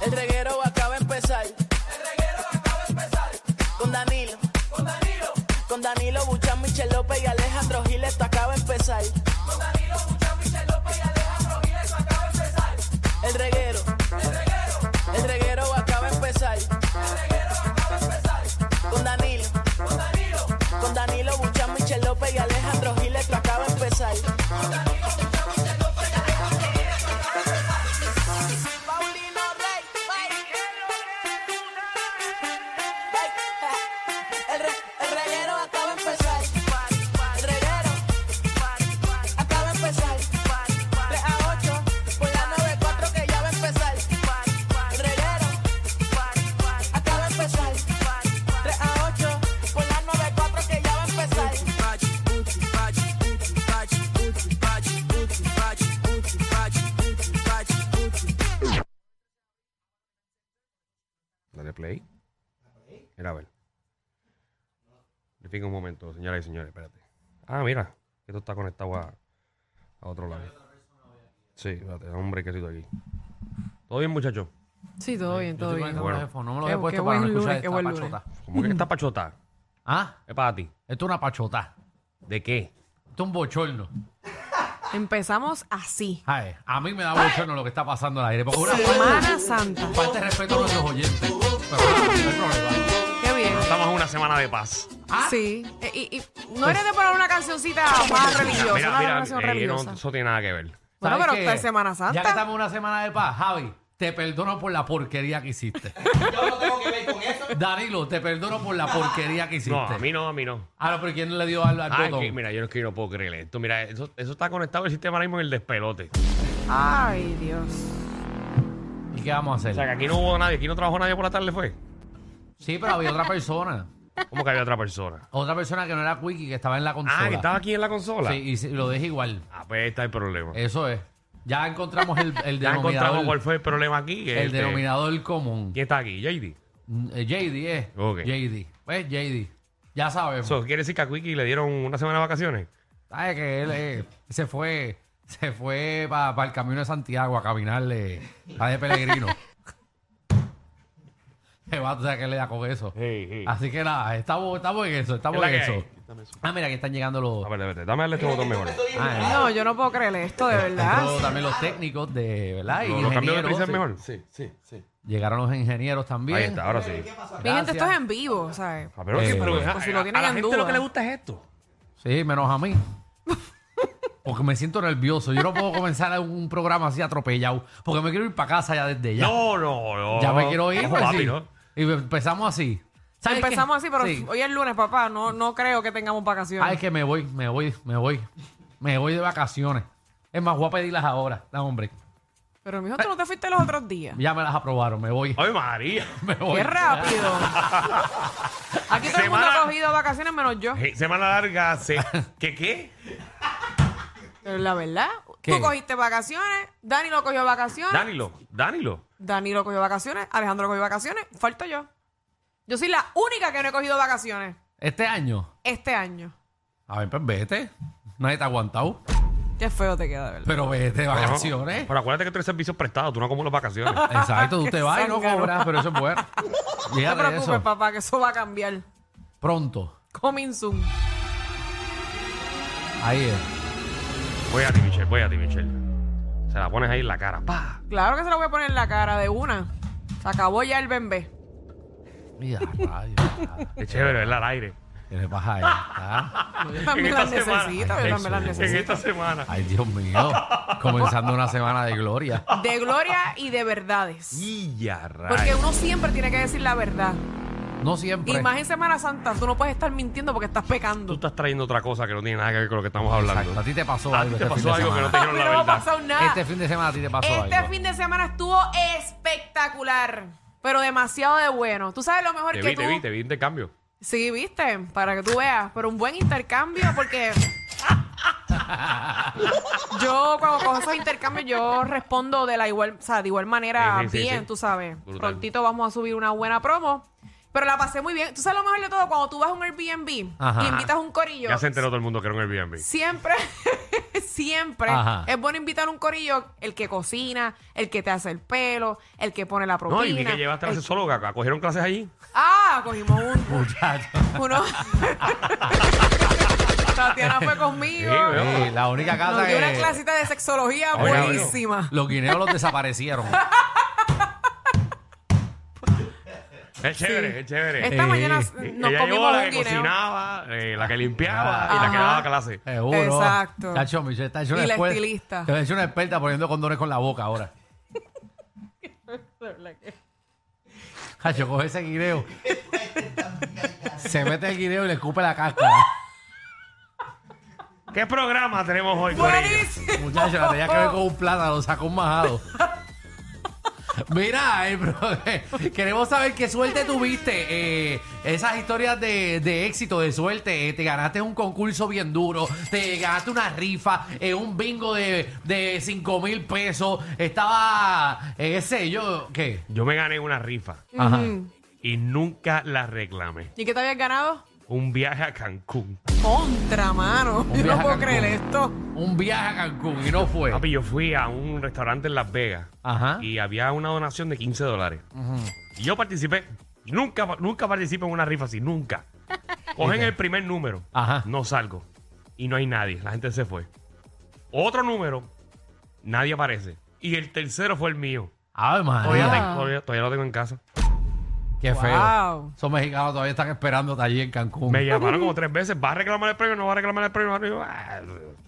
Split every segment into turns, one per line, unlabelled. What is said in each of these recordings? El reguero acaba de empezar. El reguero acaba de empezar. Con Danilo. Con Danilo. Con Danilo Buchan, Michel López y Alejandro Gil, esto acaba de empezar. Con Danilo Buchan, Michel López y Alejandro Gil, esto acaba de empezar. El reguero. El reguero. El reguero acaba de empezar. El reguero acaba de empezar. Con Danilo. Con Danilo. Con Danilo Buchan, Michel López y Alejandro Gil, esto acaba de empezar. Paulino Rey, El, re- el reguero acaba de empezar. El reguero acaba de empezar. 3 a 8 por la 94 que ya va a empezar. El reguero acaba de empezar. 3 a 8 por la 94 que ya va a empezar.
Dale play. Mira, a ver. Verifica un momento, señoras y señores, espérate. Ah, mira, que esto está conectado a, a otro lado. Sí, espérate, hombre, que estoy aquí. ¿Todo bien, muchachos?
Sí, todo bien, todo bien.
Con
Bueno.
el teléfono, no me
Qué-
lo he
qué
puesto
buen
para no escuchar
lunes, qué
esta
buen lunes.
pachota.
¿Cómo que esta pachota?
Ah,
Es para ti.
esto es una pachota.
¿De qué?
Esto es un bochorno.
Empezamos así.
Ay, a mí me da bochorno lo que está pasando al aire. Porque una
Semana Santa.
falta de respeto a nuestros oyentes. Pero bueno, no hay problema.
Qué bien.
Estamos en una semana de paz.
Ah.
Sí. Eh, Y, y no
Pues
eres de poner una cancioncita más religiosa, una canción
eh, no,
religiosa.
eso tiene nada que ver.
Bueno,
¿Sabes
pero
qué?
esta es Semana
Ya que
Santa.
estamos en una semana de paz, Javi, te perdono por la porquería que hiciste. Danilo, te perdono por la porquería que hiciste.
No, a mí no, a mí no.
Ah, no, pero ¿quién le dio al, al
Ah,
botón?
que- mira, yo no, es que yo no puedo creer esto. Mira, eso, eso está conectado al sistema ahora mismo en el despelote.
Ay, Dios.
¿Y qué vamos a
O sea, que
hacer?
aquí no hubo nadie, aquí no trabajó nadie por la tarde, ¿fue?
Sí, pero había otra persona.
¿Cómo que había otra persona?
Otra persona que no era Quickie, que estaba en la consola.
Ah, que estaba aquí en la consola.
Sí, y se- lo dejé igual.
Ah, pues ahí está el problema.
Eso es. Ya encontramos el, el
Ya encontramos cuál
denominador.
fue el problema aquí. que
El
este-
denominador común.
¿Quién está aquí? JD.
Mm, eh, JD es.
Ok.
JD. Pues JD. Ya sabemos.
So, ¿Quiere decir que a Quickie le dieron una semana de vacaciones?
¿Sabes que él eh, se fue se fue para el camino de Santiago a caminarle a de peregrino? Que va, tú sabes que le da con eso.
Sí, sí.
Así que nada, estamos, estamos en eso, estamos
Es
en
la que
eso. Ah, mira, que están llegando los.
A ver, a ver, dame darle este botón mejor.
Ah,
No, yo no puedo creer esto, de
entró
verdad.
también los técnicos de, ¿verdad? Y
¿Lo, lo cambió de
ingenieros.
prisa mejor?
Llegaron los ingenieros también.
Ahí está, ahora sí.
Mi gente, esto es
Gracias.
en vivo, ¿sabes?
Ah, pero, es que-
Eh,
pero-
pues
a-
si lo
a-
tienen
a la
en
gente lo
duda.
que le gusta es esto.
Sí, menos a mí. Porque me siento nervioso. Yo no puedo comenzar un programa así atropellado. Porque me quiero ir para casa ya desde ya.
No, no, no.
ya me quiero ir.
Ojo,
pues,
papi,
sí.
¿no?
Y empezamos así. ¿Sabes qué?
Empezamos así, pero
Sí.
hoy es lunes, papá. No, no creo que tengamos
Ay,
vacaciones.
que me voy, me voy, me voy. Me voy de vacaciones. Es más, voy a pedirlas ahora. No, hombre.
Pero, mijo, tú no te fuiste los otros días.
Ya me las aprobaron. Me voy.
Ay, María.
Me voy.
¡Qué rápido! Aquí todo el mundo
Semana-
ha cogido vacaciones menos
Eh.
yo.
Je- Eh, Semana larga. Se... ¿Qué qué?
Pero la verdad,
¿Qué?
tú cogiste vacaciones, Dani lo cogió vacaciones, Dani.
Danilo, Danilo.
lo cogió vacaciones, Alejandro cogió vacaciones, falto yo. Yo soy la única que no he cogido vacaciones
Este año.
este año.
A ver, pues vete. Nadie te ha aguantado.
Qué feo te queda, de ¿verdad?
Pero vete de
Pero,
vacaciones.
acuérdate que tú eres servicios prestados, tú no acumulas vacaciones.
Exacto, tú te vas y no
zángano.
cobras, pero eso es bueno.
No te
Fíjate
preocupes,
eso.
papá, que eso va a cambiar.
Pronto.
Coming soon.
Ahí es.
Voy a ti, Michelle, voy a ti, Michelle. Se la pones ahí en la cara. ¡Pah!
Claro que se lo voy a poner en la cara de una. Se acabó ya el bembé.
Mira, rayos.
Es chévere, ¿verdad? Al aire.
¿Qué le pasa a él? Ah,
Yo también las necesito, yo también las
en
necesito.
esta semana.
Ay, Dios mío. Comenzando una semana de gloria.
De gloria y de verdades.
Y ya, rayos.
Porque uno siempre tiene que decir la verdad.
No siempre.
Y más en Semana Santa, tú no puedes estar mintiendo porque estás
Tú
pecando.
estás trayendo otra cosa que no tiene nada que ver con lo que estamos
Exacto.
hablando.
A ti te pasó
A
algo.
ti te
este fin
pasó
de
algo que no
semana.
te
A
dijeron
mí
la
no me ha
verdad.
pasado nada.
Este fin de semana a ti te pasó algo.
Este fin de semana estuvo espectacular, pero demasiado de bueno. Tú sabes lo mejor
Te
que
vi,
tú.
te vi, te vi intercambio.
Sí, viste, para que tú veas, pero un buen intercambio porque yo cuando cojo esos intercambios yo respondo de la igual, o sea, de igual manera
Sí, sí, sí,
bien,
sí.
tú sabes.
Brutal.
Prontito vamos a subir una buena promo, pero la pasé muy bien. Tú sabes lo mejor de todo cuando tú vas a un Airbnb
Ajá.
y invitas a un corillo.
Ya se enteró todo el mundo que era un Airbnb.
Siempre, siempre
Ajá.
es bueno invitar un corillo, el que cocina, el que te hace el pelo, el que pone la propina.
No, y vi que llevaste a la
el-
sexóloga. ¿Cogieron clases allí?
Ah, cogimos un,
Muchacho.
uno. Tatiana fue conmigo.
Sí, veo.
Sí, la única casa
Nos dio una
que
clasita de sexología
Oiga,
buenísima.
los guineos los desaparecieron.
Es chévere, es chévere.
Esta
Eh,
mañana
Y- ella
nos
llevó
comimos
la
un
que
guineo.
cocinaba, eh, la que limpiaba y la que
Ajá.
daba clase.
Seguro.
Exacto.
Chacho, Michelle está hecho
Y
una
la
exper-
estilista.
Te voy a decir una experta poniendo condones con la boca ahora. Chacho, coge ese guineo. se mete el guineo y le escupe la cáscara.
¿Qué programa tenemos hoy, Corillo?
Buenísimo.
Muchacho, la tenía que ver con un plátano, sacó un majado. Mira, eh, bro, queremos saber qué suerte tuviste. eh, esas historias de, de éxito, de suerte. eh, te ganaste un concurso bien duro, te ganaste una rifa, eh, un bingo de, de 5 mil pesos. Estaba, eh, qué sé yo, ¿qué?
Yo me gané una rifa
Ajá.
y nunca la reclamé.
¿Y qué te habías ganado?
Un viaje a Cancún.
Contra, mano. Yo
viaje a
no puedo
Cancún.
creer esto.
Un viaje a Cancún y no fue.
Papi, yo fui a un restaurante en Las Vegas
Ajá.
y había una donación de 15 dólares. Y yo participé. Nunca, nunca participo en una rifa así, nunca. Cogen el primer número,
Ajá.
no salgo y no hay nadie, la gente se fue. Otro número, nadie aparece. Y el tercero fue el mío.
Ay,
Todavía,
madre.
tengo- todavía- todavía lo tengo en casa.
Qué feo.
Wow.
Esos mexicanos todavía están esperándote allí en Cancún.
Me llamaron como tres veces, ¿va a reclamar el premio? ¿No va a reclamar el premio? Y yo, ah,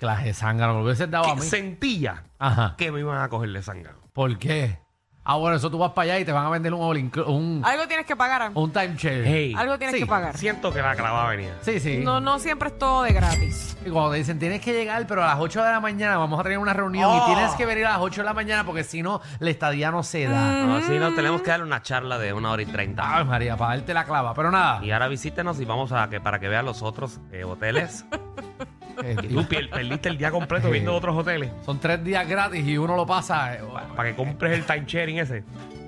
Clase zángano, me lo hubiesen dado a
que
mí.
sentía
Ajá.
que me iban a cogerle sangre.
¿Por qué? Ah, bueno, eso tú vas para allá y te van a vender un all inclu- un,
Algo tienes que pagar.
un timeshare.
Hey,
Algo tienes
Sí.
que pagar.
siento que la clavada venía.
Sí, sí.
No, no siempre es todo de gratis.
Y cuando te dicen, tienes que llegar, pero a las 8 de la mañana vamos a tener una reunión y tienes
Oh.
que venir a las 8 de la mañana porque si no, la estadía no se da.
No, Así nos tenemos que darle una charla de una hora y treinta.
Ay, María, para darte la clava. Pero nada.
Y ahora visítenos y vamos a que para que vean los otros eh, hoteles.
eh,
Y tú pier- perdiste el día completo
Sí.
viendo otros hoteles.
son tres días gratis y uno lo pasa. eh, bueno,
Para que compres el time sharing ese.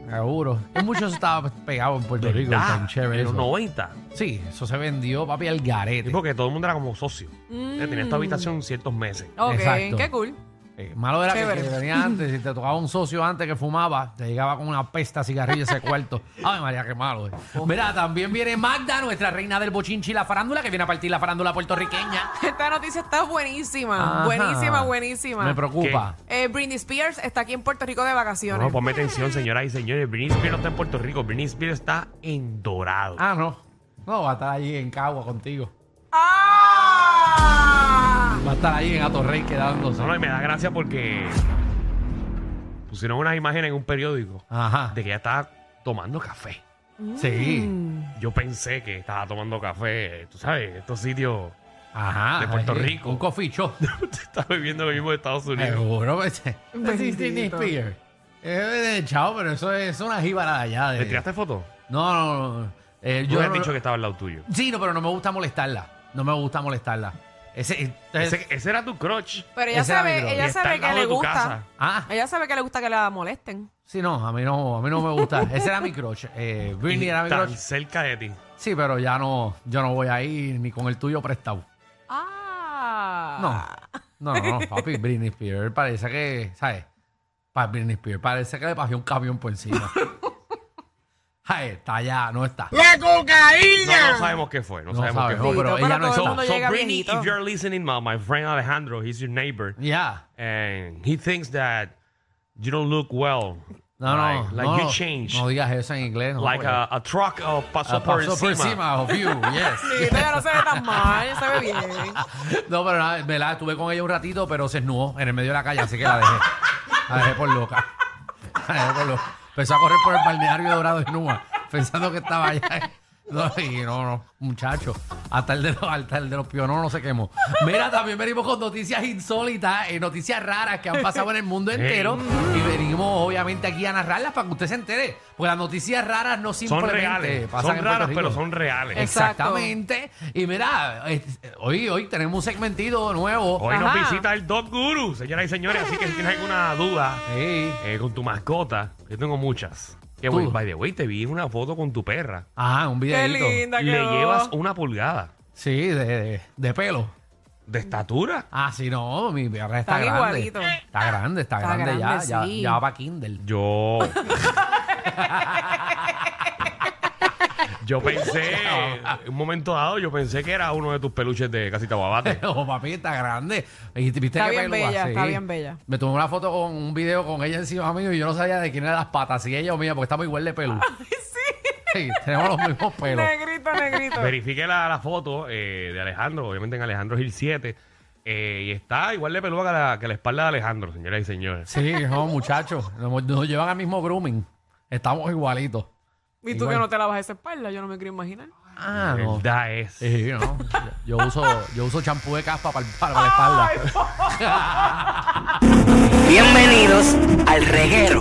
seguro. Y mucho eso estaba pegado en Puerto Rico, el
¿Verdad?
timeshare.
En los
eso.
90.
Sí, eso se vendió, papi, al garete.
Es porque todo el mundo era como socio. Tenía Tenías tu habitación ciertos meses.
Ok,
Exacto.
qué cool.
Eh, malo era que,
Chévere.
que venía antes, si te tocaba un socio antes que fumaba, te llegaba con una pesta cigarrillo ese cuarto. Ay, María, qué malo. eh.
Oh.
Mira, también viene Magda, nuestra reina del bochinchi y la farándula, que viene a partir la farándula puertorriqueña.
Esta noticia está buenísima.
Ajá.
Buenísima, buenísima.
Me preocupa.
Eh, Britney Spears está aquí en Puerto Rico de vacaciones.
No, ponme atención, señoras y señores. Britney Spears no está en Puerto Rico. Britney Spears está en Dorado.
Ah, no. No, va a estar allí en Cagua contigo.
¡Ah!
Va a estar allí en Atorrey quedándose.
No, no, y me da gracia porque pusieron unas imágenes en un periódico
Ajá.
de que ella estaba tomando café.
Sí.
Mm.
Yo pensé que estaba tomando café, tú sabes, en estos sitios
Ajá.
De Puerto
allí,
Rico.
Un coficho.
te estás viviendo lo mismo de Estados Unidos.
Seguro, pues. eh, sí, Britney
Bendito.
Spears. Eh, eh, chao, pero eso es una jíbara de allá.
¿Le
De...
tiraste foto?
No, no, no. Eh,
Yo
no-
he dicho que estaba al lado tuyo.
Sí, no, pero no me gusta molestarla. No me gusta molestarla. Ese, eh, entonces-
Ese, ese era tu crutch.
Pero ella
Ese era mi
sabe,
drone.
Y
ella
está al
sabe que
lado
le
de tu
gusta.
casa.
ah,
Ella sabe que le gusta que la molesten.
sí, no, a mí no, a mí no me gusta. Ese era mi crush. Eh, Britney era mi
tan
crush.
cerca de ti.
Sí, pero ya no, yo no voy ahí ni con el tuyo prestado.
Ah.
No, no, no, no,
Ah.
papi, Britney Spears parece que, ¿sabes? Para Britney Spears parece que le pasó un camión por encima. Ay, está ya, no está.
No, no sabemos qué fue. No,
No
sabemos qué
sabemos,
fue.
Sí,
pero
pero
ella
todo
no
el
está.
mundo
So,
llega
Britney,
viejito.
if you're listening, my, my friend Alejandro, he's your neighbor,
Ya.
and he thinks that you don't look well
No, no,
Like- like
no,
you
no.
changed.
No digas eso en inglés. No,
Like a, a truck uh, pasó,
Ah, pasó
por encima.
of you, yes.
Pero ya no se ve tan mal, se ve bien.
No, pero nada, me la estuve con ella un ratito, pero se esnudó en el medio de la calle, así que la dejé. La dejé por loca. La dejé por loca. Empezó a correr por el balneario de dorado de Nua, pensando que estaba allá. No, y no, no, muchacho. Hasta el de los, hasta el de los piononos no se quemó. Mira, también venimos con noticias insólitas, eh, noticias raras que han pasado en el mundo entero. Y venimos, obviamente, aquí a narrarlas para que usted se entere. Porque las noticias raras no
Son
simplemente
reales.
pasan
Son
en Puerto
raras,
Rico.
pero son reales.
Exacto.
Exactamente. Y mira, eh, hoy, hoy tenemos un segmentito nuevo.
Hoy nos
Ajá.
visita el Dog Guru, señoras y señores. Así que si tienes alguna duda
Sí.
eh, con tu mascota, yo tengo muchas. Que,
Tú.
güey, by the way, te vi una foto con tu perra.
Ah, un
Qué
videito.
linda
Le
quedó.
llevas una pulgada
Sí, de, de- de pelo.
de estatura.
Ah, sí, no, mi perra está,
Está
grande.
igualito.
Está grande, está,
Está
grande,
grande,
ya,
sí.
ya. Ya va para Kindle.
Yo. yo pensé, en un momento dado, yo pensé que era uno de tus peluches de casita babate.
Oh, papi, está grande. Y te- ¿Viste
Está
qué
bien
pelúa?
bella,
Sí.
está bien bella.
Me tomé una foto con un video con ella encima mío y yo no sabía de quién eran las patas, si ella o mía, porque estamos igual de pelo.
Sí,
Sí, tenemos los mismos pelos.
negrito, negrito.
Verifique la, la foto eh, de Alejandro, obviamente en Alejandro Gil 7. eh, y está igual de peluda que la, que la espalda de Alejandro, señoras y señores.
Sí, no, muchachos. Nos, nos llevan al mismo grooming. Estamos igualitos.
Y tú que
igual.
no te lavas esa espalda, yo no me quiero imaginar.
Ah,
La
no.
verdad es.
Sí, no. Yo uso, yo uso champú de caspa para, la espalda.
Bienvenidos al reguero.